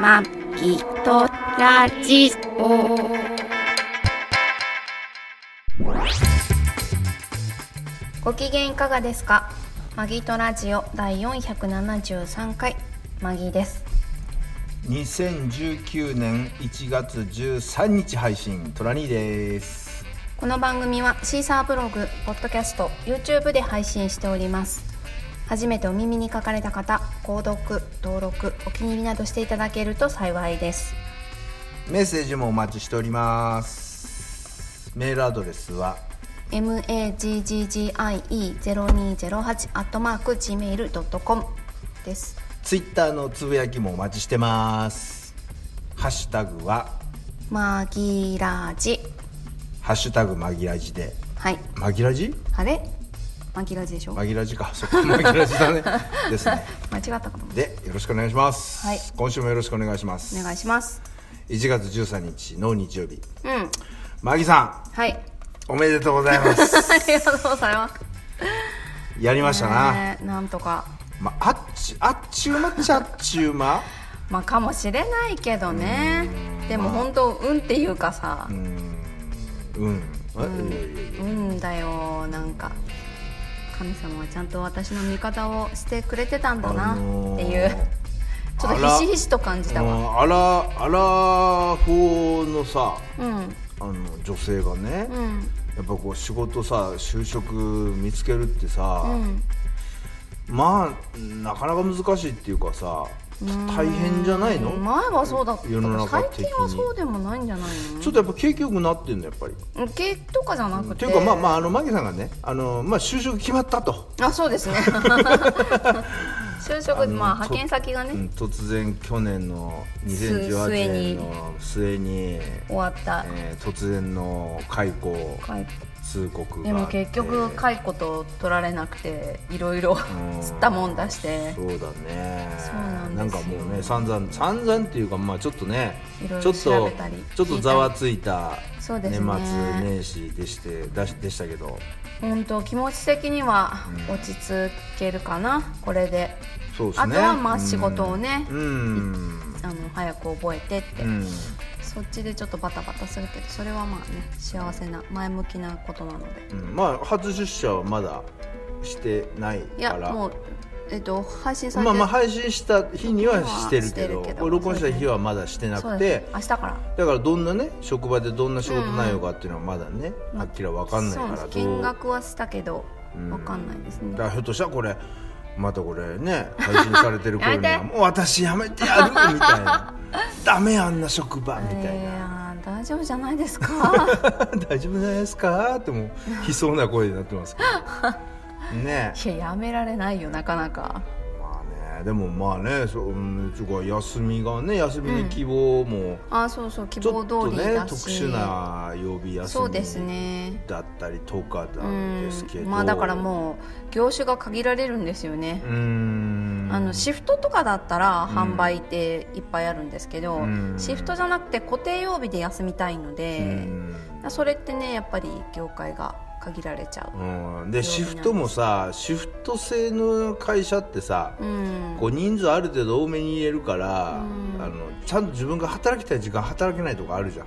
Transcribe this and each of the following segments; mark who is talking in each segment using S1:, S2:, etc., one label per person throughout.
S1: まきとラジオ。
S2: ご機嫌いかがですかマギトラジオ第473回マギです
S3: 2019年1月13日配信トラニーです
S2: この番組はシーサーブログ、ポッドキャスト、YouTube で配信しております初めてお耳に書かかれた方、購読、登録、お気に入りなどしていただけると幸いです
S3: メッセージもお待ちしておりますメールアドレスは
S2: maggie0208-gmail.com です
S3: ツイッターのつぶやきもお待ちしてますハッシュタグは
S2: マギラジ
S3: ハッシュタグマギラジで
S2: はい
S3: マギラジ
S2: あれマギラジでしょ
S3: マギラジか そこマギラジ だねですね
S2: 間違ったかも
S3: でよろしくお願いします、
S2: はい
S3: 今週もよろしくお願いします
S2: お願いします
S3: 1月13日の日曜日
S2: うん
S3: マギさ
S2: はい
S3: んおめでとうござ います
S2: ありがとうございます。
S3: やりましたな、
S2: ねえなんとか。
S3: まあ、あっちあっちゅうまっちゃっちゅ うま
S2: まあかもしれないけどね。でも本当、うんっていうかさ、
S3: うん、あいやいやいや
S2: うんだよ、なんか。神様はちゃんと私の味方をしてくれてたんだな
S3: あのー
S2: っていう、ちょっとひしひしと感じたわ。
S3: あらアラフォーのさ
S2: うん、
S3: あの女性がね、
S2: う
S3: や
S2: ん、
S3: っぱこう仕事さ就職見つけるってさ、まあなかなか難しいっていうかさ大変じゃないの
S2: 前はそうだったけ
S3: 世の
S2: ど
S3: 中
S2: 最
S3: 的に
S2: 近はそうでもないんじゃない
S3: ちょっとやっぱ景気よくなってんのやっぱり。
S2: の景気とかじゃなくて
S3: っていうかまあまああのマギさんがねあの、まあ、就職決まったと、
S2: あそうです ね就職まあ派遣先がね、
S3: うん突然去年の2018年の末に
S2: 終わった、
S3: えー突然の解雇
S2: 解
S3: 通告が
S2: で
S3: あ
S2: も
S3: って
S2: 結局解雇と取られなくていろいろ 吸ったもん出して
S3: そうだね
S2: そうなんですよ
S3: かもうね散々散々っていうかまあちょっとね
S2: いろい
S3: ちょ
S2: ろ
S3: っ
S2: 調
S3: と
S2: べたり
S3: ちょっとざわついた
S2: そうで
S3: 年
S2: す
S3: 末
S2: ね
S3: 年始でしてだしでしたけど
S2: 本当気持ち的には落ち着けるかなこれで
S3: そうです
S2: あ
S3: ね
S2: とはまあ仕事をね
S3: うんうん
S2: あの早く覚えてって、
S3: うん
S2: そっちでちょっとバタバタするけどそれはまあね幸せな前向きなことなので
S3: うんまあ初出社はまだしてない
S2: い
S3: か
S2: や
S3: ら
S2: もうえっと配信されて
S3: まあ
S2: る、
S3: まあ配信した日にはしてるけど
S2: してるけど
S3: これ録音した日はまだしてな
S2: そう
S3: く
S2: です
S3: て
S2: ね明日から
S3: だからどんなね職場でどんな仕事内容かっていうのはまだね、はっきりは分かんない
S2: そう
S3: か
S2: です
S3: らどう
S2: 金額はしたけど分かんないですね
S3: だからひょっとしたらこれまたこれね配信されてる頃 に
S2: や
S3: は
S2: め
S3: もう私やめてやるみた いなダメあんな職場みたい
S2: い
S3: な
S2: やー大丈夫じゃないです か
S3: 大丈夫じゃないですかってもう悲壮な声になってます けどね
S2: いややめられないよなかなか
S3: まあねでもまあねそう、うん、ちょっと休みがね休みの希望も
S2: あそうそう希
S3: ちょ
S2: 望
S3: っと
S2: 通り
S3: ね、
S2: だし、
S3: 特殊な曜日休み
S2: そうですね
S3: だったりとか
S2: う
S3: なん
S2: ん
S3: ですけど、
S2: まあだからもう業種が限られるんですよね
S3: う、ーん
S2: あのシフトとかだったら販売っていっぱいあるんですけど、
S3: うん
S2: シフトじゃなくて固定曜日で休みたいの
S3: う
S2: で、
S3: ん
S2: それってねやっぱり業界が限られちゃ
S3: うんでシフトもさシフト制の会社ってさ、
S2: う、うん、
S3: こう人数ある程度多めに入れるから、あのちゃんと自分が働きたい時間働けないとかあるじゃん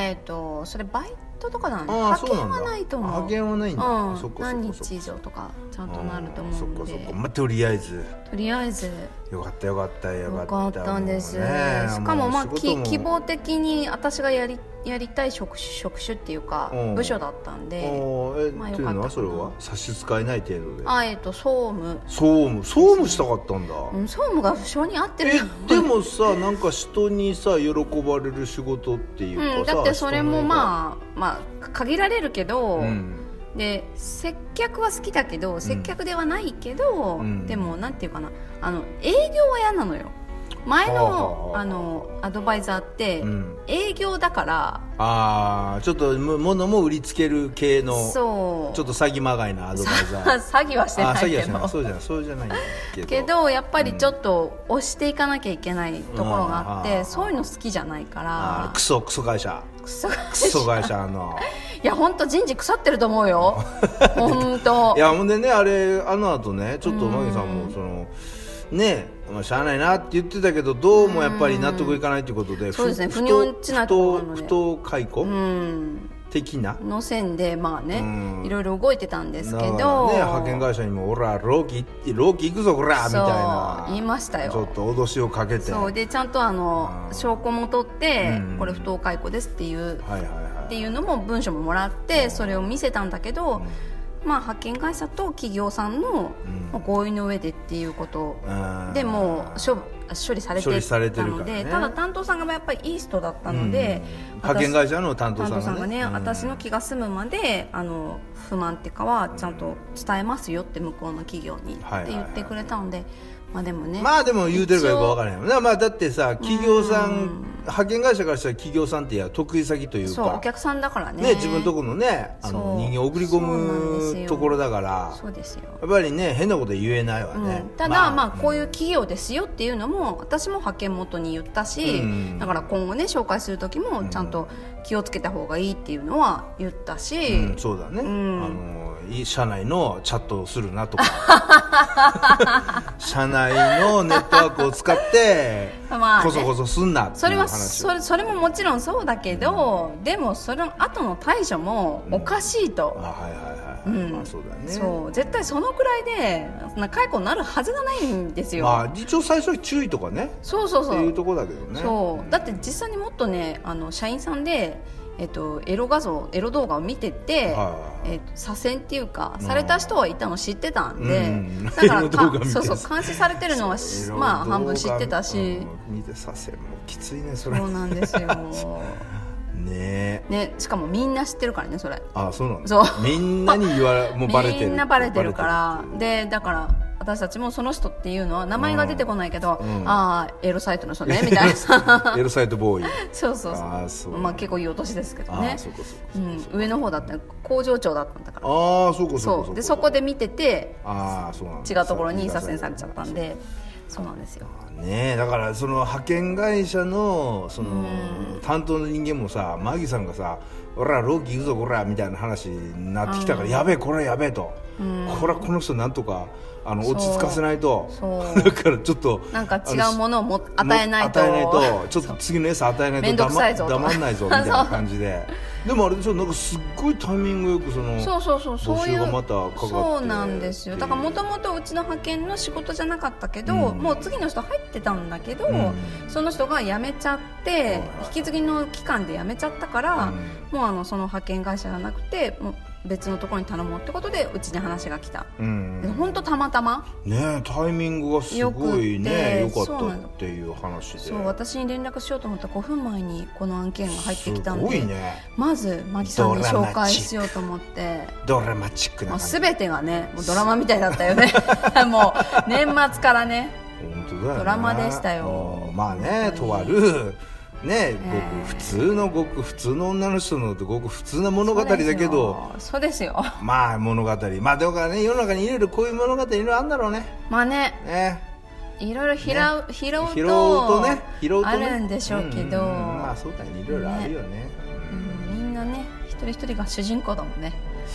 S2: えっ、とそれバイトとかだね
S3: ああ
S2: 派
S3: そうな
S2: 遣
S3: んだ
S2: はないと思う
S3: 派遣はないんだ、
S2: うん、
S3: そっかそっかそっか
S2: 何日以上とかちゃんとなると思うの
S3: んそっ
S2: で
S3: かそっかまあとりあえず
S2: とりあえず
S3: よかったよかったよか
S2: よ
S3: った
S2: かったんです、
S3: もうね
S2: しかもまあ
S3: う仕
S2: き
S3: 事も
S2: 希望的に私がやりやりたい職種職種っていうか
S3: うん
S2: 部署だったんで
S3: おーえ、
S2: まあ
S3: っていうの
S2: よか
S3: は
S2: った
S3: それは差し支えない程度で
S2: あえっと総務
S3: 総務総務したかったんだ、
S2: うん総務が性に合ってる
S3: えでもさなんか人にさ喜ばれる仕事っていう
S2: うん、
S3: かさ、
S2: だってそれもまあ、まあ、限られるけど、
S3: あうん
S2: で接客は好きだけど接客ではないけど、
S3: うん
S2: でもなんていうかなあの営業は嫌なのよ前
S3: はあは
S2: の
S3: あ
S2: あのアドバイザーって、
S3: うん
S2: 営業だから
S3: あーちょっとむ物も売りつける系のちょ
S2: そう
S3: っと詐欺まがいなアドバイザー
S2: 詐欺はして
S3: あ
S2: な
S3: ー詐
S2: い
S3: 欺は
S2: け
S3: しない
S2: ど
S3: そうじゃないそうじゃないけど
S2: けどやっぱりちょっと押していかなきゃいけないところがあって、
S3: うん
S2: そういうの好きじゃないか
S3: あー
S2: ら
S3: クソクソ会社
S2: くそ
S3: クソ会社あの
S2: いや本当人事腐ってると思う よ本当
S3: いやほんでねあれあの後ねちょっとマギさんもそのねえ、まあ、しゃあないなって言ってたけどどうもやっぱり納得いかないということで、
S2: そうですね
S3: ふ
S2: 腑に落ちない
S3: 不
S2: と
S3: 当
S2: ころ
S3: 不
S2: で
S3: 当解雇
S2: うん
S3: 的な、
S2: の線でまあね、
S3: うん
S2: いろいろ動いてたんです
S3: だ
S2: け
S3: からね
S2: ど、
S3: 派遣会社にも「おら労基労基行くぞこら」みたい
S2: そ
S3: な
S2: う言いましたよ
S3: ちょっと脅しをかけて
S2: そうでちゃんとあの
S3: うん
S2: 証拠も取って、
S3: うん
S2: これ不当解雇ですっていう、
S3: はいはいはい
S2: っていうのも文書ももらってそれを見せたんだけど、まあ派遣会社と企業さんの
S3: うん
S2: まあ合意の上でっていうこと
S3: うん
S2: でもう処処理され
S3: 処
S2: て
S3: 理されて
S2: た
S3: るか
S2: の
S3: ら
S2: で、
S3: ね
S2: ただ担当さんがやっぱりいい人だったので、私
S3: うん派遣会社の担当
S2: 担
S3: さ
S2: 当
S3: ん
S2: さん
S3: が
S2: が
S3: ね
S2: ね、
S3: うん
S2: 私の気が済むまであの不満っていうかはちゃんと伝えますよって向こうの企業にって
S3: はいはい
S2: 言
S3: はい
S2: ってくれたので、まあでもね、
S3: まあでも言うてるかよくわからへんよなまあだってさ企業さん派遣会社からしたら企業さんっていや得意先という
S2: そうお
S3: か
S2: 客さんだからね
S3: ね自分とこのねあ
S2: そう
S3: の人間を送り込
S2: そうなんですよ
S3: むところだから
S2: そうですよ、
S3: やっぱりね変なこと言えないわ
S2: うん
S3: ね
S2: ただ、まあこういう企業ですよっていうのも私も派遣元に言ったし、
S3: うん
S2: だから今後ね紹介する時もちゃんと気をつけた方がいいっていうのは言ったし、
S3: うんそうだね、
S2: ん
S3: あのい社内のチャットをするなとか 社内のネットワークを使って
S2: まあね
S3: こそこそすんなって
S2: そ
S3: い
S2: れ
S3: う
S2: は
S3: 話
S2: それそれももちろんそうだけど、でもその後の対処もおかしい
S3: あ
S2: と、
S3: はいはいはい、
S2: うん
S3: まあ、そうだね
S2: そう絶対そのくらいでそんな解雇になるはずがないんですよ、
S3: まあ一応最初は注意とかね
S2: そうそう
S3: っ
S2: そ
S3: て
S2: う
S3: いうところだけどね
S2: そうだって実際にもっとねあの社員さんで、えっと、エロ画像エロ動画を見てて、
S3: はいはいはい
S2: えっと、左遷っていうかされた人はいたの知ってたんで、
S3: うん
S2: だから
S3: エロ動画見
S2: か
S3: て
S2: そうそう監視されてるのはし
S3: いろいろ
S2: まあ
S3: 動画
S2: 半分知ってたし、
S3: うん見てさせもうきついねそれ
S2: そう
S3: ね
S2: なんです よ、
S3: え
S2: ね、しかもみんな知ってるからねそれ
S3: あそうなんだ
S2: そう
S3: みんなに言われもうバレてる
S2: みんなバレてるからでだから私たちもその人っていうのは名前が出てこないけど、
S3: うんうん
S2: ああエロサイトの人
S3: バレ
S2: ねみ
S3: てる
S2: たいなさ
S3: エロサイトボーイ
S2: そう そうそう
S3: あーそう
S2: まあ結構いいお年ですけど
S3: あ
S2: ね
S3: あそうかそうか
S2: うん、上の方だった工場長だったんだから
S3: ああそうかそうか
S2: そうでそこで見てて
S3: ああそうなん
S2: 違
S3: だ
S2: うところに左遷されちゃったんでそうなんですよ
S3: ねえだからその派遣会社のその担当の人間もさマギさんがさ「おらローキ行くぞこら」みたいな話になってきたから「やべえこれはやべえ」と「これはこの人なんとかあの
S2: そう
S3: 落ち着かせないと
S2: そう
S3: だからちょっと
S2: なん か違
S3: あ
S2: う
S3: の
S2: ものをも与えないと
S3: 与 えないとちょっと次の餌与えない
S2: めん
S3: と
S2: どくさいぞ
S3: 黙
S2: と
S3: 黙んないぞみたいな感 じででもあれでしょなんかすっごいタイミングよくその
S2: そうそうそうそういう
S3: 募集がまたかかって
S2: そうなんですよだからもともとうちの派遣の仕事じゃなかったけど、
S3: うん
S2: もう次の人入ってたんだけど、
S3: うん
S2: その人が辞めちゃって
S3: はい
S2: 引き継ぎの期間で辞めちゃったから、もうあのその派遣会社じゃなくてもう別のところに頼もうってことでうちに話が来た
S3: うん
S2: で本当たまたま
S3: ねえタイミングがすごいね
S2: よ
S3: 良
S2: くて
S3: かっ
S2: そうな
S3: た
S2: の
S3: っていう話で
S2: そう私に連絡しようと思った5分前にこの案件が入ってきたん
S3: すご
S2: で、
S3: いね
S2: まずマキさんに
S3: ドラ
S2: 紹
S3: マ
S2: 介
S3: チック
S2: しようと思って。
S3: ドラマチックな
S2: もう
S3: 感じ
S2: 全てがねもうドラマみたいだったよ ねもう年末からね
S3: 本当だよね
S2: ドラマでしたよ
S3: うんまあね
S2: 本当に
S3: とあるねごく普通のごく普通の女の人のごく普通な 物語だけど
S2: そうですよそうですよ
S3: まあ物語まあだからね世の中にいろいろこういう物語いろいろあるんだろうね
S2: まあね
S3: ね
S2: いろいろ拾う,、拾うと
S3: 拾うとね拾うとね
S2: あるんでしょうけど、
S3: んんんまあそうだよねいろいろあるよね
S2: うんみんなね一人一人が主人公だもんね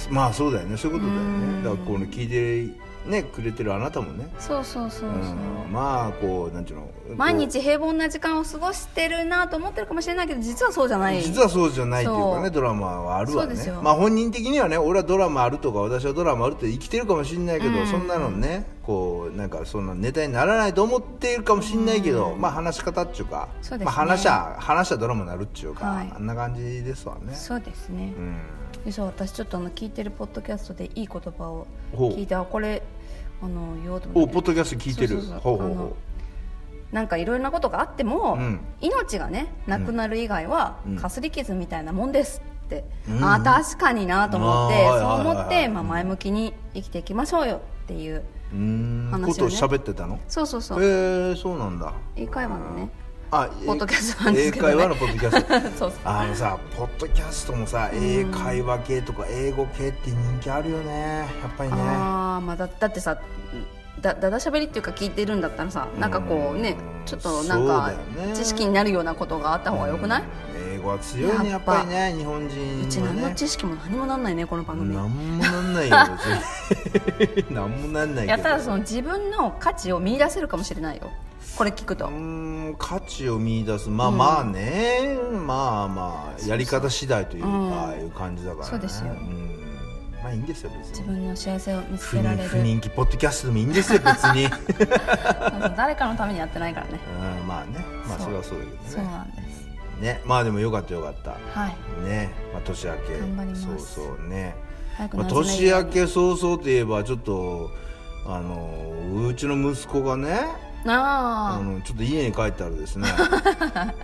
S3: うんまあそうだよねそういうことだよ
S2: うん
S3: ねだからこの聞いてねくれてるあなたもね
S2: そうそうそうそう、
S3: うんまあこうなんていうの
S2: 毎
S3: こ
S2: 日平凡な時間を過ごしてるなと思ってるかもしれないけど実はそうじゃな
S3: う
S2: い
S3: 実はそうじゃないっていうか
S2: そう
S3: ねドラマはあるわ
S2: そうです
S3: ね
S2: よ
S3: まあ本人的にはね俺はドラマあるとか私はドラマあるって生きてるかもしれないけど、
S2: うん
S3: そんなのねこうなんかそんなネタにならないと思っているかもしれないけど、まあ話し方っちゅうか
S2: そうですね
S3: まあ、話しゃ話しゃドラマになるっちゅうか、
S2: はい
S3: あんな感じですわね
S2: そうですね
S3: う、ん
S2: でそう私ちょっとあの聞いてるポッドキャストでいい言葉を
S3: ほう
S2: 聞いてあこれあの言おうと思
S3: お
S2: って
S3: ポッドキャスト聞いてる
S2: そうそうそう
S3: ほうほう
S2: あ
S3: ほ
S2: のなんかいろいろなことがあっても、
S3: うん
S2: 命がねなくなる以外は、
S3: うん
S2: かすり傷みたいなもんですって、
S3: うん
S2: ああ確かになと思って、
S3: あー
S2: そう
S3: はいはいはい
S2: 思って、まあ、前向きに生きていきましょうよっていう
S3: ううーん、
S2: 話をね
S3: ことを喋ってたの
S2: そうそう
S3: え
S2: そう
S3: ー、そうなんだ
S2: 英会話のね
S3: あ
S2: ポッドキャストなんですけどね
S3: 英会話のポッドキャスト
S2: そう
S3: あのさポッドキャストもさ英会話系とか英語系って人気あるよねやっぱりね
S2: ああまあだだってさだだだしゃべりっていうか聞いてるんだったらさなんかこうね
S3: うん
S2: ちょっとなんか
S3: そうだよね
S2: 知識になるようなことがあった方がよくない、
S3: 英こは強いね
S2: や
S3: や
S2: っ
S3: っ
S2: ぱ
S3: ぱりね日本人
S2: うち
S3: は
S2: 何の
S3: ね
S2: 知識も何もなんないねこの番組
S3: なんもなんないよ別に なんもなんない
S2: い
S3: け
S2: や
S3: ど
S2: ただその自分の価値を見出せるかもしれないよこれ聞くと、
S3: うーん価値を見出すまあまあね、まあまあやり方次第というか、
S2: うん
S3: ああいう感じだからね
S2: そうですよ
S3: んまあいいんですよ別
S2: 自
S3: に
S2: 分の幸せを見つ
S3: 不
S2: けら
S3: 人
S2: れる
S3: 不人気ポッドキャストでもいい んですよ別に、うん
S2: そうそう誰かのためにやってないからね
S3: まあねまあ
S2: そう
S3: それはそうだけど
S2: そう
S3: ね
S2: なんです
S3: ねまあでもよかったよかった
S2: はい
S3: ねまあ年明け
S2: 頑張ります
S3: そうそうね、
S2: 早く
S3: まあ、
S2: 夏め
S3: 年明け早々といえばちょっとあのうちの息子がねあ
S2: あ
S3: のちょっと家に帰ったらです ね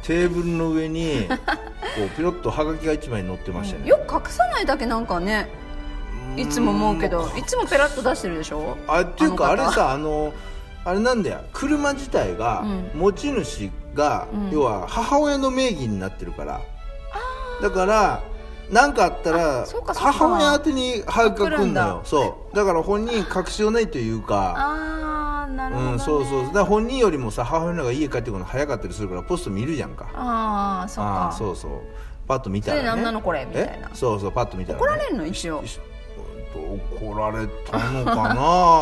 S3: テーブルの上にこうピロッとはがきが一枚載ってました
S2: あ
S3: ね
S2: よく隠さないだけなんかね
S3: うん
S2: いつも思うけどいつもペラッと出してるでしょ
S3: あっていうか
S2: の
S3: あれ
S2: 方
S3: さあのあれなんだよ車自体が
S2: う
S3: 持ち主が、
S2: うん
S3: 要は母親の名義になってるからだから何かあったら
S2: あそうかそうか
S3: 母親宛てにはがくんだよ
S2: 送るんだ
S3: そうだから本人隠しようないというか
S2: あーなるほど、
S3: う
S2: ね
S3: ん、そうそうだから本人よりもさ母親の方が家帰ってくるの早かったりするからポスト見るじゃんか
S2: ああそう
S3: あ
S2: か
S3: あそうそうパッと見た
S2: そ
S3: ら、
S2: れ
S3: ね、
S2: 何なのこれみたいな
S3: えそうそうパッと見たら、ね、
S2: 怒られるの一応
S3: しうんと怒られたの か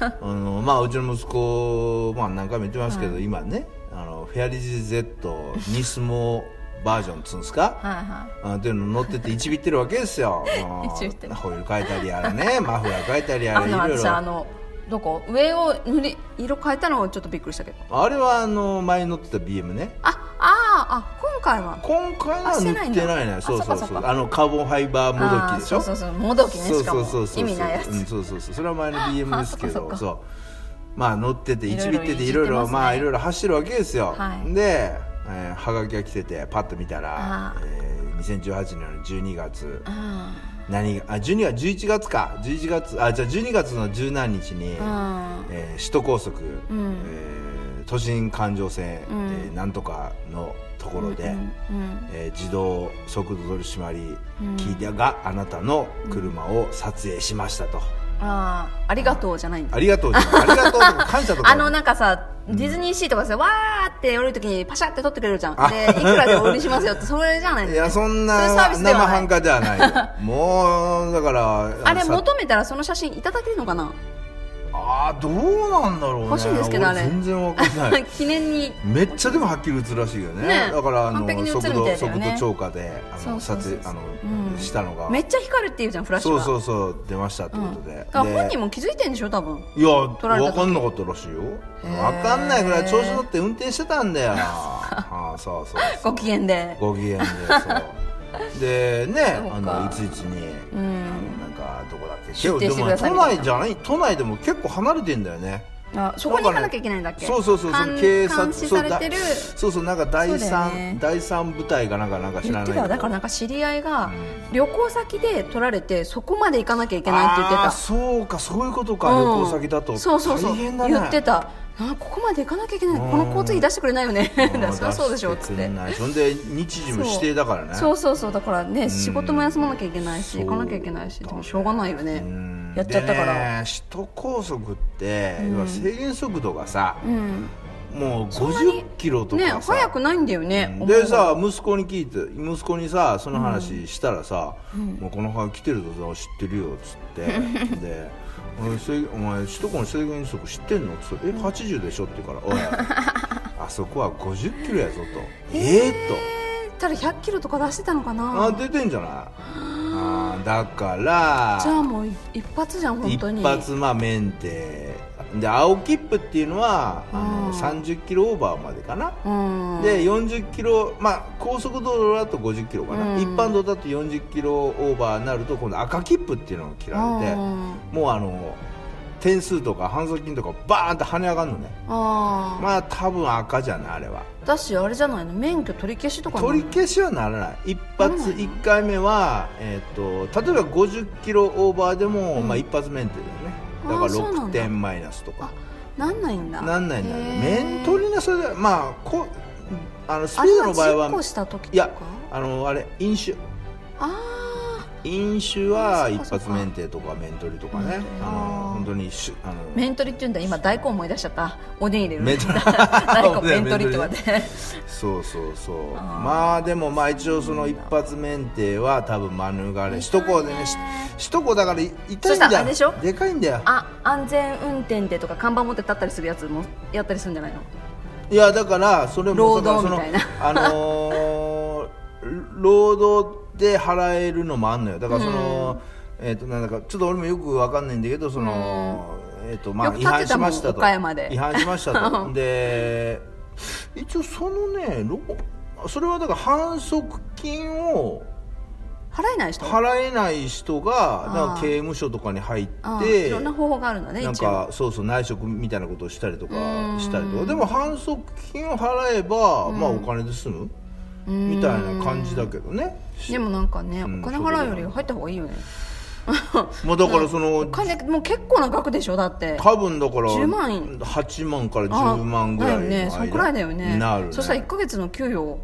S3: なあのまあうちの息子、まあ、何回も言ってますけど、今ねあのフェアリージ Z ニスモバージョンっつうんですか
S2: はいは
S3: あっていうの乗ってて一ビってるわけですよ
S2: いちびってる
S3: まあホイール変えたりや らねマフラー変えたり
S2: い
S3: や
S2: あ
S3: らい
S2: の
S3: ろい
S2: 私
S3: ろ
S2: あのどこ上を塗り色変えたのをちょっとびっくりしたけど
S3: あれはあの前に乗ってた BM ね
S2: ああーあ今回は
S3: 今回は塗ってな
S2: あ
S3: いね
S2: して
S3: そ
S2: ないん
S3: う
S2: だ
S3: そう
S2: あそ
S3: そ
S2: っか
S3: う
S2: そっか
S3: あのカーボンファイバーもどきでしょ
S2: あーそうそうそうもどきねしかも
S3: そうそうそうそう
S2: 意味ないやつ
S3: うん、そうそうそうそれは前の BM です け
S2: あーそっ
S3: ど
S2: かそっか
S3: そうまあ乗ってて
S2: いろい
S3: 一
S2: ろ
S3: ビってて
S2: いじってますね
S3: いろいろまあいろいろ走ってるわけですよ、
S2: はい
S3: で、えー、はがきが来ててパッと見たら
S2: あー、
S3: えー、2018年の12月
S2: うん
S3: 何があ12月11月か11月あじゃあ12月の十何日に、
S2: うん
S3: えー首都高速、
S2: うん
S3: えー都心環状線、
S2: うん
S3: えーなんとかのところで、
S2: うん
S3: えー自動速度取り締まり
S2: うん
S3: キーがあなたの車を撮影しましたと、
S2: ああありがとうじゃないんだ
S3: ありがとうじ ゃないありがとうとか感謝とか
S2: あのなんかさディズニーシーとかさ、わーって寄るときにパシャって撮ってくれるじゃん
S3: あ
S2: でいくらでお売りしますよってそれじゃない
S3: い
S2: の
S3: やそんな
S2: そういうサービスで
S3: 生
S2: はない
S3: 半可で はないよもうだからあの
S2: あれ
S3: さ
S2: 求めたらその写真いただけるのかな
S3: あーどうなんだろうね
S2: 欲しいんですけどあれ
S3: 俺全然わか んない
S2: 記念に
S3: めっちゃでもはっきり映るらしいよね
S2: ね
S3: だからあ
S2: 完
S3: の、
S2: 璧に映るみ
S3: 速
S2: たいだよ
S3: 度
S2: ね
S3: 速度超過であ
S2: そう
S3: の
S2: そうそう
S3: 撮影あの、
S2: うん
S3: したのが
S2: めっちゃ光るっていうじゃんフラッシュ
S3: そう
S2: が
S3: そうそう出ましたってことで、
S2: だから
S3: で
S2: 本人も気づいてんでしょ多分
S3: いや、
S2: 取られた
S3: わ
S2: 時
S3: かんなかったらしいよ。
S2: へー
S3: わかんないぐらい調子乗って運転してた んだよ。ああ、そうそうそ
S2: ご
S3: う
S2: 機嫌で
S3: ご機嫌で、そう。で、ね、
S2: そうか
S3: あの、いついつに、
S2: う
S3: あの
S2: ん
S3: なんか、どこだっけ。
S2: 出店してください
S3: で
S2: み
S3: も
S2: たいな
S3: ね都内じゃない、都内でも結構離れてんだよね。
S2: あそこに行かなきゃいけないんだっけ
S3: そうそうそうそう、
S2: 監
S3: 警察、
S2: 監視
S3: そう
S2: されてる
S3: だそうそう、なんか第
S2: そうだよね
S3: 三、第三部隊がなんか、なんか知
S2: 言
S3: ら
S2: っ
S3: ないけ
S2: て
S3: ど。
S2: ただからなんか知り合いが
S3: う
S2: 旅行先で撮られてそこまで行かなきゃいけないって言ってた
S3: あーそうか、そういうことか、
S2: う
S3: 旅
S2: ん
S3: 行先だと。
S2: そうそうそう
S3: 大変だね。
S2: 言ってたあここまで行かなきゃいけない
S3: うん
S2: この交通 費出してくれないよねだか
S3: あ
S2: ら
S3: ー
S2: そりゃそうでしょっつっ
S3: 出して
S2: て
S3: くんないそんで日時も指定だからね
S2: そうそうそうだからね仕事も休まなきゃいけないし
S3: そう
S2: 行かなきゃいけないしでもしょうがないよね
S3: うん
S2: やっちゃったから
S3: でね首都高速って、要は制限速度がさ
S2: う、ん
S3: もう
S2: そんなに
S3: 50キロとか
S2: ね
S3: さ
S2: 早くないんだよね
S3: うん
S2: 思え
S3: で
S2: ば
S3: さ息子に聞いて息子にさその話したらさ「もうこの葉来てるぞ知ってるよ」っつ ってで俺制「お前首都高の制限速知ってんの?」っつって「え80でしょ?」って言 うから「おいあそこは50キロやぞ」と「えーっと」
S2: ただ100キロとか出してたのか
S3: あ
S2: な
S3: 出てんじゃないあーだから
S2: じゃあもう一発じゃん本
S3: 一
S2: 当に
S3: 発まあ免停で青切符っていうのは
S2: う
S3: あ
S2: ん
S3: の30キロオーバーまでかな、
S2: うん
S3: で40キロまあ高速道路だと50キロかな、
S2: うん
S3: 一般道だと40キロオーバーになると今度赤切符っていうのを切られて、
S2: うん
S3: もうあの点数とか反則金とかバーンって跳ね上がるのね
S2: ああ
S3: まあ多分赤じゃないあれは
S2: だしあれじゃないの免許取り消しとか
S3: 取り消しはならない一発一回目は、えー、と例えば50キロオーバーでも、まあ、一発免停だよねだか
S2: あ
S3: ら
S2: ーそうなんだ
S3: 6点マイナスとか
S2: なんないんだ
S3: なんないんだよ
S2: へ
S3: ね
S2: ー
S3: 免取りなそれでまあこあのス
S2: あ
S3: ピー
S2: れ
S3: ド
S2: は
S3: の場合
S2: 事故
S3: は
S2: した時とか
S3: いやあのあれ飲酒
S2: あ
S3: 飲酒は一
S4: そっかそっ
S3: 発
S4: か
S3: 免停とか面取りとかね、あの本当にしあの
S2: メントリって言うんだ今大根思い出しちゃったおでん入れる
S3: メントリ
S2: 大根メントリって言われて
S3: そうそうそうまあでもまあ一応その一発免停は多分免れ首都高でねし首都高だからい痛いん
S2: そした
S3: だ
S2: らあ
S3: よ
S2: れでしょ
S3: でかいんだよ
S2: あ安全運転でとか看板持って立ったりするやつもやったりするんじゃないの
S3: いやだからそれも
S2: 労
S3: だか
S2: 働
S3: らその
S2: みたいな
S3: あのー労働で払えるのもあんのよだからその、えっ、となんだかちょっと俺もよくわかんないんだけどその、えっ、とま
S2: よ
S3: あ
S2: く
S3: 違
S2: 立っ
S3: 反
S2: て
S3: した
S2: もん
S3: ましたと
S2: 岡山で
S3: 違反しまし たとで一応そのねろそれはだから反則金を
S2: 払えない人
S3: 払えない人がなん
S2: あ
S3: か
S2: ー
S3: 刑務所とかに入っ
S2: あ
S3: て
S2: いろんな方法があるんだね
S3: なん
S2: 一応
S3: かそうそう内職みたいなことをしたりとか
S2: うん
S3: したりとかでも反則金を払えば、まあお金で済むみたいな感じだけどねし
S2: でもなんかね、
S3: うん
S2: お金払うより入った方がいいよね
S3: まあだからその、
S2: お金もう結構な額でしょだって
S3: 多分だから
S2: 10万
S3: 8万から
S2: あ
S3: 10万ぐらいの
S2: だよねそんくらいだよね
S3: なる、ね、
S2: そしたら1か月の給与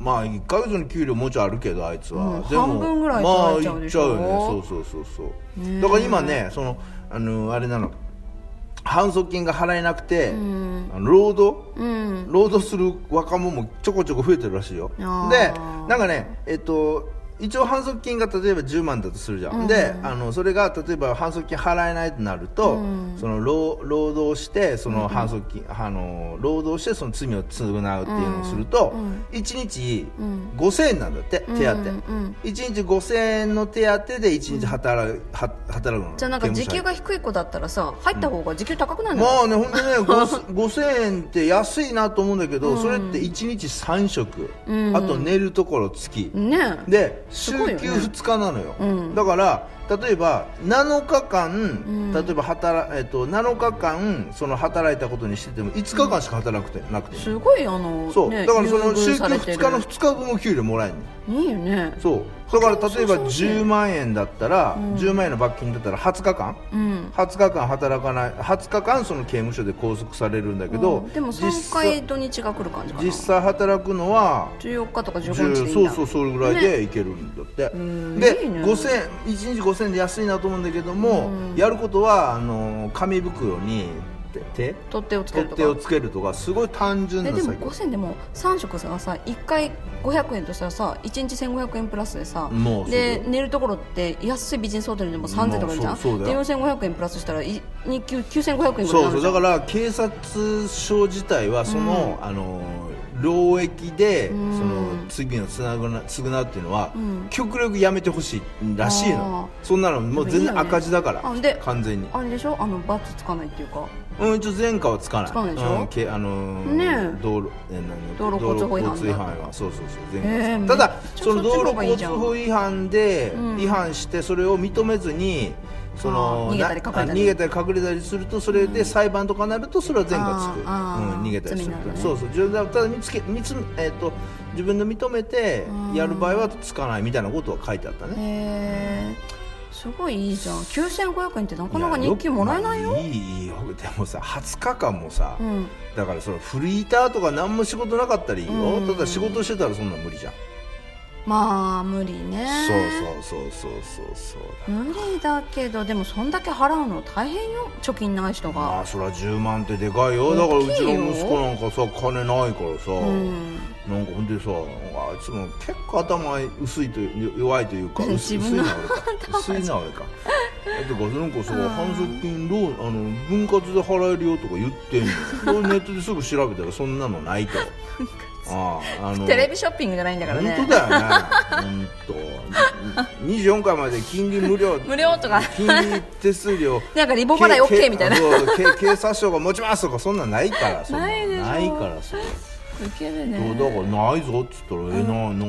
S3: まあ1か月の給料もうちょいあるけどあいつは、
S2: うん
S3: でも
S2: 半分ぐらい
S3: まあ
S2: 取られちゃう
S3: いっ
S2: で
S3: ち
S2: し
S3: ゃ
S2: ょ
S3: うよねそうそうそうそうだから今ねそのあのあれなの反則金が払えなくて、あの労働、
S2: うん
S3: 労働する若者もちょこちょこ増えてるらしいよで
S2: あー
S3: なんかねえっと一応反則金が例えば10万だとするじゃん、であのそれが例えば反則金払えないとなると、その労労働してその反則金、あの労働してその罪を償うっていうのをすると、一1日5000円なんだって、手当、一1日5000円の手当で1日働,、う働くの
S2: じゃあなんか
S3: 刑務
S2: 時
S3: 所入
S2: 給が低い子だったらさ入った方が時給高くなるんだよ、
S3: まあね、本 当ね、5000円って安いなと思うんだけど、それって1日3食、あと寝るところ付き、
S2: ねえ
S3: で、週
S2: すごい
S3: 休
S2: よね
S3: 2日なのよ。だから、例えば7日間、例えば働、えっと、7日間、その働いたことにしてても、5日間しか働くて、なくて。
S2: すごいあの
S3: そう、
S2: ね
S3: だからその
S2: 優遇
S3: 週休
S2: されてる
S3: 2日の2日分も給料もらえるの。
S2: いいよね
S3: そうだから例えば
S2: そうそう
S3: 10万円だったら、10万円の罰金だったら20日間、
S2: ん
S3: 20日間働かない20日間その刑務所で拘束されるんだけ
S2: う
S3: ど、
S2: んでも
S3: 実
S2: 3
S3: 際
S2: 回土日が来る感じかな
S3: 実際働くのは
S2: 14日とか15日
S3: 10
S2: でいいん
S3: そう
S2: だ
S3: そうそれぐらいでいけるんだって、
S2: ん
S3: で
S2: いいね
S3: 5000円1日5000円で安いなと思うんだけども、やることはあの紙袋にて手
S2: 取っ手をつけ
S3: 取
S2: る
S3: っ
S2: と
S3: 手を
S2: か
S3: つけるとかすごい単純
S2: え
S3: な
S2: でも
S3: 作業
S2: 5000でも3食ささ1回500円としたらさ1日1500円プラスでさ
S3: もうそうだ
S2: で
S3: よ
S2: 寝るところって安いビジネスホテルでも3000とかいいじゃ
S3: も
S2: ん
S3: うそうそうだ
S2: で
S3: よ
S2: 4500円プラスしたらいにきゅう9500円ぐらい
S3: そ
S2: にな
S3: うそ
S2: る
S3: う
S2: じゃ
S3: だ
S2: ん
S3: から警察署自体はその、あの労役で、その罪をつなぐな償うっていうのは、極力やめてほしいらしいのそんなのもう全
S2: でもいいよ
S3: 然
S2: ね
S3: 赤字だから
S2: あで
S3: 完全に
S2: あれでしょあのバツつかないっていうか
S3: うん一応前科はつかない
S2: つかないでしょ
S3: うんけあのー
S2: ねえ
S3: 道路え何
S2: 道路交通法違反だ
S3: 道路交通はそうそうそう前科はつかない
S2: ええ
S3: ただ
S2: めっちゃ
S3: その道
S2: そっちの
S3: 路
S2: 方がいい
S3: 交
S2: じ
S3: 通
S2: ゃん
S3: 法違反で
S2: うん
S3: 違反してそれを認めずにその
S2: あー逃げたり
S3: な
S2: 隠れたり
S3: あ逃げたり隠れたりするとそれで裁判とかになるとそれは前科つく、
S2: あー
S3: うん、逃げたりす
S2: 罪
S3: る
S2: に
S3: と、
S2: なるね
S3: そうそう自分でただ見つけ見つ、えっと自分で認めてやる場合はつかないみたいなことは書いてあったね
S2: へえすごいいいじゃん9500円ってなかなか
S3: いや
S2: 日給もらえないよ
S3: まあいいよでもさ20日間もさ、
S2: うん
S3: だからそのフリーターとか何も仕事なかったらいいよ、
S2: うん
S3: ただ仕事してたらそんなん無理じゃん、
S2: まあ無理ね
S3: そうそうそうそうそうそう
S2: 無理だけどでもそんだけ払うの大変よ貯金ない人
S3: ま
S2: が
S3: あそりゃ10万ってでかいよだからう
S2: 大
S3: ち
S2: きいよ
S3: の息子なんかさ金ないからさ、
S2: うん
S3: なんかほんでさあいつも結構頭薄いという弱いというか薄
S2: 自分の
S3: 薄いな俺か薄いな俺かだってかなんかさ反則金ローンあの分割で払えるよとか言ってんの俺ネットですぐ調べたらそんなのないとあああの
S2: テレビショッピングじゃないんだから
S3: 本
S2: ね
S3: 当だよね本当24回まで金利無料
S2: 無料とか
S3: 金利手数料
S2: なんかリボ払い OK みたいな
S3: けそうけ警察署が持ちますとかそんなんないからそん
S2: ないでしょ
S3: ないからそれ
S2: ウケる
S3: そうだからないぞっつったら、えなななんかでもロ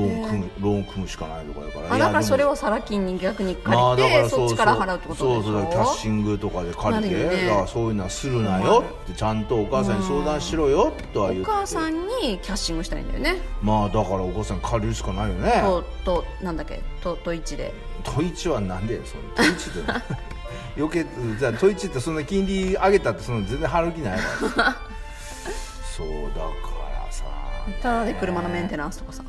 S3: ーン組む、ローン組むしかないとかだから
S2: あだからそれ
S3: を
S2: をサラ金に逆に借
S3: まあ
S2: り
S3: だか
S2: て、
S3: ら
S2: そっちから払うってことでしょ
S3: そうそうだからキャッシングとかで借りて、
S2: なるよね
S3: だからそういうのはするなよってちゃんとお母さんに相談しろよとは言って
S2: お母さんにキャッシングしたいんだよね
S3: まあだからお母さん借りるしかないよね
S2: ととなんだっけとと一で
S3: トイチはなんでそのトイチって余計じゃあトイチってそんな金利上げたってその全然払う気ないわそうだからさ
S2: ただで車のメンテナンスとかさ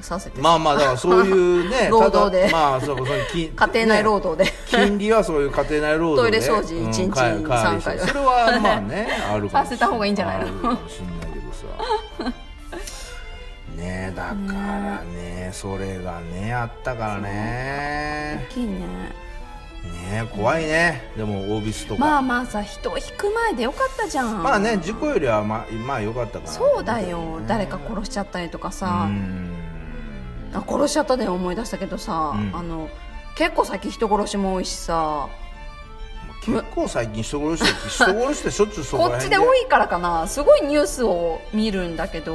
S2: させて
S3: まあまあだからそうい うね
S2: 労働で
S3: ただまあそうそう金
S2: 家庭内労
S3: ね
S2: 働で、
S3: 金利はそういう家庭内労働で
S2: トイレ掃除一日
S3: うんかいかい
S2: 三回
S3: それはまあねあるかも
S2: さ
S3: しれ
S2: せた方がいいんじゃないの
S3: あるかもしんないけどさねえだからねそれがねあったからね
S2: 大きいね
S3: ねえ怖いねでもオービスとか
S2: まあまあさ人を引く前でよかったじゃん
S3: まあね事故よりはまあまあ良かったから
S2: そうだよ誰か殺しちゃったりとか
S3: う
S2: さ、
S3: ん
S2: あ殺しちゃったで思い出したけどさ、
S3: うん
S2: あの結構先人殺しも多いしさ
S3: 結構最近人殺して人殺してしょっちゅうそこ
S2: こ
S3: ら
S2: っち
S3: 辺
S2: で多いからかなすごいニュースを見るんだけど、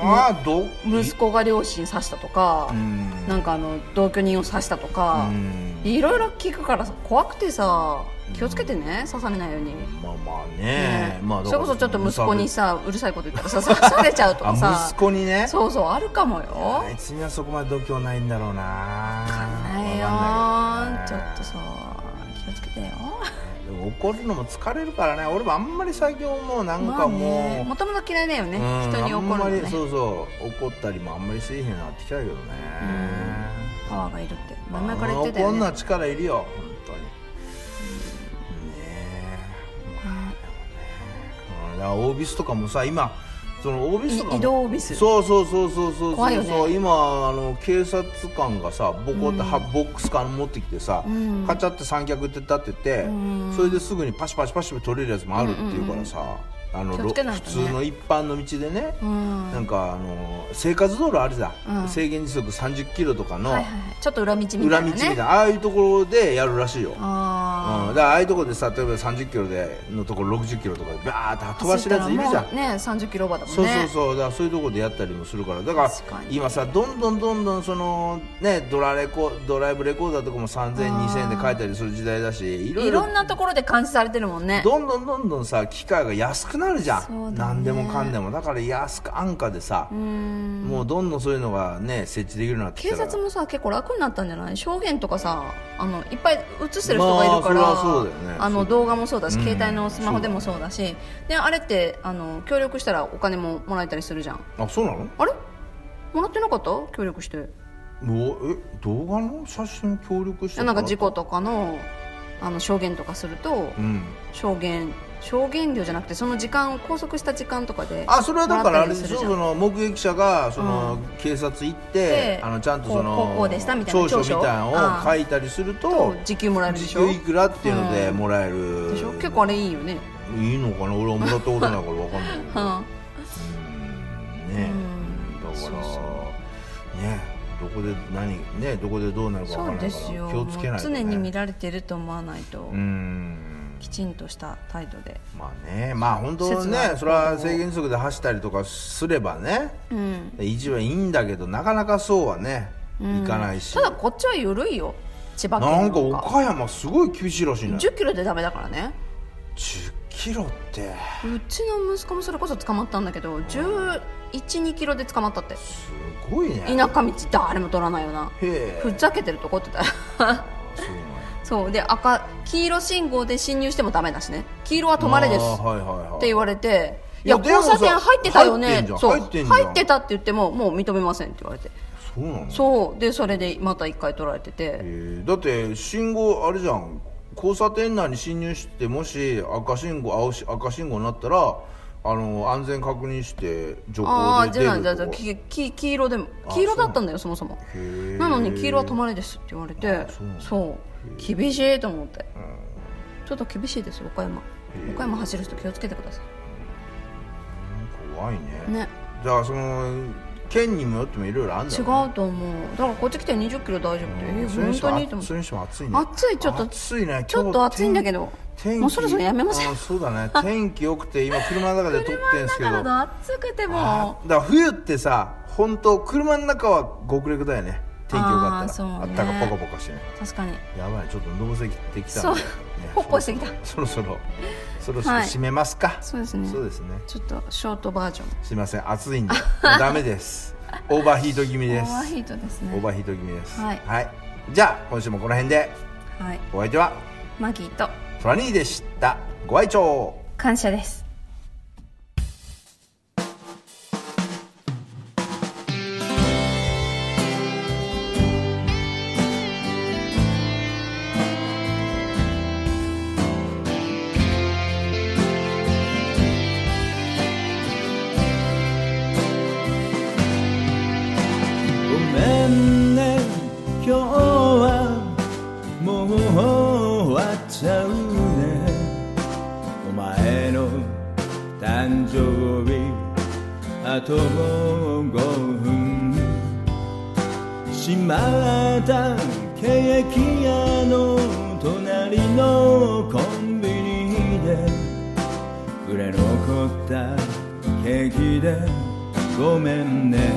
S3: まあど
S2: む息子が両親刺したとか、
S3: うん
S2: なんかあの同居人を刺したと
S3: う
S2: か、
S3: ん
S2: いろいろ聞くからさ怖くてさ気をつけてね刺されないように。
S3: まあまあね
S2: ね
S3: まあ
S2: それこそちょっと息子にさうるさいこと言ったらさ刺されちゃうとか
S3: あ
S2: さ
S3: 息子にね
S2: そうそうあるかもよ
S3: あいつにはそこまで度胸ないんだろうな
S2: ないよ
S3: わかんない
S2: ちょ
S3: けど
S2: っとさ気をつけてよ
S3: でも怒るのも疲れるからね俺もあんまり最近もうなんかもう、
S2: もともと嫌いだよね
S3: うん
S2: 人に怒るの
S3: あんまり
S2: ね
S3: そうそう怒ったりもあんまりせえへんようになってきたけどね
S2: パワーがいるって前々から言ってた
S3: あ
S2: よ
S3: の怒ん
S2: ね
S3: な力いるよ本当にねえうんだからオービスとかもさ今そのオービスとかも
S2: い移動オービス
S3: そうそうそうそうそうそう
S2: 怖いよ
S3: そう、
S2: ね
S3: 今あの警察官がさボコって、はボックスから持ってきてさ、
S2: ん
S3: カチャって三脚って立てて、
S2: ん
S3: それですぐにパシパシパシ取れるやつもあるっていうからさ、あの
S2: 気をつけない
S3: 普
S2: とね
S3: 通の一般の道でね、
S2: うん
S3: なんかあの生活道路あるじゃん、
S2: うん
S3: 制限時速30キロとかの
S2: はいはいはいちょっと裏道みたいなね
S3: 裏道みたいな、ああいうところでやるらしいよ、
S2: あ
S3: うん、だからああいうところでさ例えば30キロでのところ60キロとかでバーって飛ばしてるやついるじゃん
S2: んね30キロオーバーだもん
S3: そう
S2: ね
S3: そうそうだからそういうところでやったりもするからだから
S2: 確かに
S3: 今さどんどんどんどんそのねドラレコドライブレコーダーとかも30002000円で買えたりする時代だしいろい
S2: い
S3: ろ
S2: ろんなところで監視されてるもんね
S3: どんどんどんどんさ機械が安くなるじゃ、
S2: そうんだね
S3: 何でもかんでもだから安く安価でさ
S2: うん
S3: もうどんどんそういうのがね設置できるようになってき
S2: 警
S3: たら
S2: 察もさ結構楽になったんじゃない証言とかさあのいっぱい映してる人がいるから、
S3: まあそりゃそうだよね
S2: あ
S3: そ
S2: の
S3: う
S2: 動画もそうだし、
S3: うん
S2: 携帯のスマホでもそうだしであれってあの協力したらお金ももらえたりするじゃん
S3: あそうなの
S2: あれもらってなかった協力して
S3: もうえ動画の写真協力しても
S2: な
S3: ら
S2: ん
S3: った
S2: か事故とかのあの証言とかすると
S3: うん
S2: 証言証言料じゃなくてその時間拘束した時間とかで
S3: あそれはだからあれ
S2: も
S3: で
S2: らったりす
S3: し
S2: る
S3: ょ
S2: じゃん
S3: その目撃者がその警察行って
S2: で、
S3: あのちゃんとその
S2: こうこうこうでしたみたいな
S3: 調書みたいなの
S2: あ
S3: を
S2: あ
S3: 書いたりすると
S2: と時給もらえるで
S3: 時
S2: しょ
S3: 給いくらっていうのでもらえる
S2: でしょ結構あれいいよね
S3: いいのかな俺はもらったことないから分かんないけ
S2: う
S3: ど
S2: ん
S3: うんね
S2: うん
S3: だから
S2: そう
S3: ねどこで何ねどこでどうなるか
S2: そう
S3: 分かんない
S2: で
S3: か
S2: すよ
S3: ら気をつけないと
S2: もう
S3: ね
S2: 常に見られてると思わないと、
S3: うん
S2: きちんとした態度で、
S3: まあねまあ本当
S2: 節がある
S3: ねそれは制限速で走ったりとかすればね維持はいいんだけどなかなかそうはね、いかないした
S2: だこっちは緩いよ千葉県
S3: な
S2: なんん
S3: か
S2: か
S3: 岡山すごい厳しいらしいね
S2: 1 0キロでダメだからね
S3: 10キロって
S2: うちの息子もそれこそ捕まったんだけど1 1 2キロで捕まったって
S3: すごいね
S2: 田舎道誰も取らないよな
S3: へえ
S2: ふざけてるとこってた
S3: そうなんや
S2: そうで赤黄色信号で進入してもダメだしね黄色は止まれです
S3: あー
S2: っ
S3: はいはいはい
S2: て言われて
S3: い
S2: い
S3: や
S2: や
S3: でも
S2: 交
S3: さ
S2: 差点入ってたよ
S3: 入ってん
S2: ね
S3: じゃん
S2: そう
S3: 入ってんじゃん
S2: 入ってたって言ってももう認めませんって言われて
S3: そうなの
S2: そうでそれでまた一回取られてて、
S3: へえだって信号あれじゃん交差点内に進入してもし赤信号青し赤信号になったらあの安全確認して徐
S2: あ
S3: 行
S2: あ
S3: で
S2: じ
S3: 出
S2: ゃ
S3: る
S2: あじゃあじゃあ
S3: とこ
S2: きき黄色でも
S3: あ
S2: 黄色だったんだよそもそも
S3: へえ
S2: なのに黄色は止まれですって言われて
S3: あそうなんだ
S2: そう厳しいと思ってちょっと厳しいですよ岡山岡山走る人気をつけてくださ
S3: 怖いね
S2: いね
S3: じゃあその県にもよってもいろいろあるんだ
S2: 違う
S3: ろね
S2: と思うだからこっち来て2 0キロ大丈夫ってえ
S3: それに
S2: 本
S3: しても
S2: 当にいいと思
S3: それ
S2: う
S3: にしても暑いね
S2: 暑いちょっと
S3: 暑いね
S2: ちょっと暑いんだけど
S3: ど
S2: もうそろそろやめません
S3: そうだね天気良くて今車の中で撮ってんすけど
S2: だから暑くて
S3: あ
S2: も
S3: ーだから冬ってさ本当車の中は極力だよね天気良
S2: あ
S3: か
S2: ー
S3: った
S2: そう
S3: ら
S2: ね
S3: あったかポカポカしてね
S2: 確かに
S3: やばいちょっとのぼせてきた
S2: そ
S3: ん
S2: う
S3: でね
S2: ほっこりしてきた
S3: そろそろそろそろ
S2: はい
S3: 締めますか
S2: そうですね
S3: そうですね
S2: ちょっとショートバージョン
S3: すいません暑いんでもうダメ ですオーバーヒート気味
S2: オ
S3: です
S2: ーバーヒートです
S3: オー
S2: ね
S3: バーヒート気味です
S2: はい
S3: じゃあ今週もこの辺で
S2: はい
S3: お相手は
S2: マギーと
S3: トラニーでしたご愛聴
S2: 感謝です
S5: 誕生日あともう5分しまったケーキ屋の隣のコンビニで売れ残ったケーキでごめんね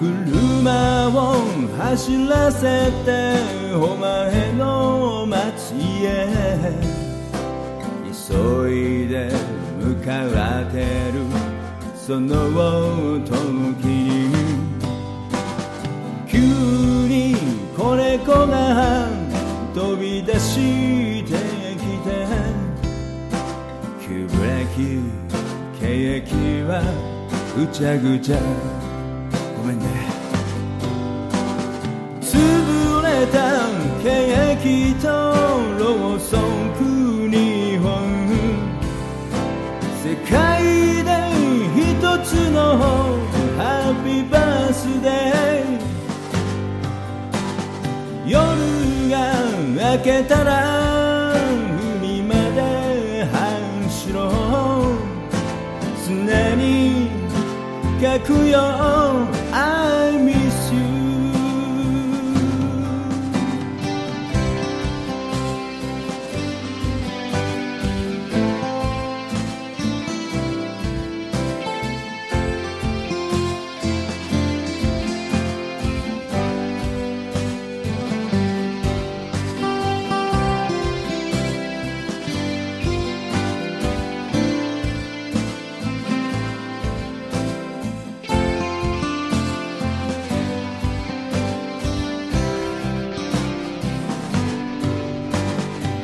S5: 車を走らせてお前の街へ急いで向かってるその時に急にこれこが飛び出してきて急ブレーキケーキはぐちゃぐちゃごめんね潰れたケーキとローソンク日本世界で一つのハッピーバースデー夜が明けたら海まで半白常に書くよ I miss you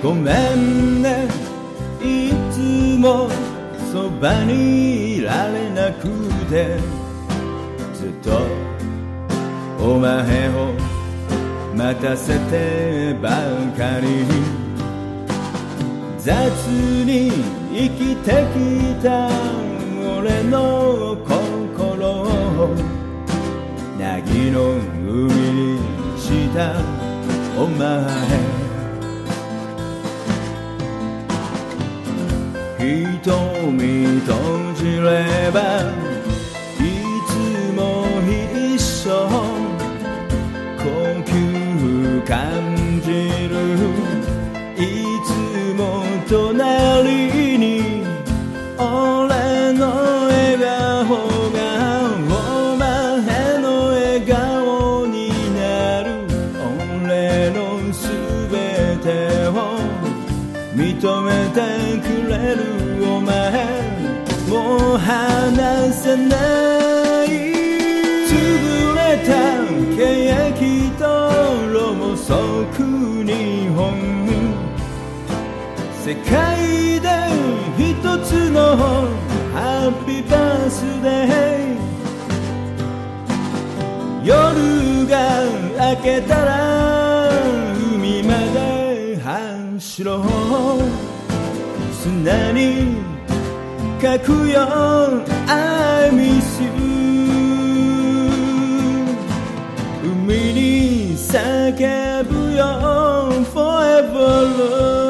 S5: ごめんねいつもそばにいられなくてずっとお前を待たせてばかり雑に生きてきた俺の心を凪の海にしたお前瞳閉じればいつも一緒呼吸感じるいつも隣に俺の笑顔がお前の笑顔になる俺の全てを認めてくれお前もう離せない潰れたケーキとロもそく日本世界で一つのハッピーバースデー夜が明けたら海まで半白砂に書くよ I miss you 海に叫ぶよ Forever love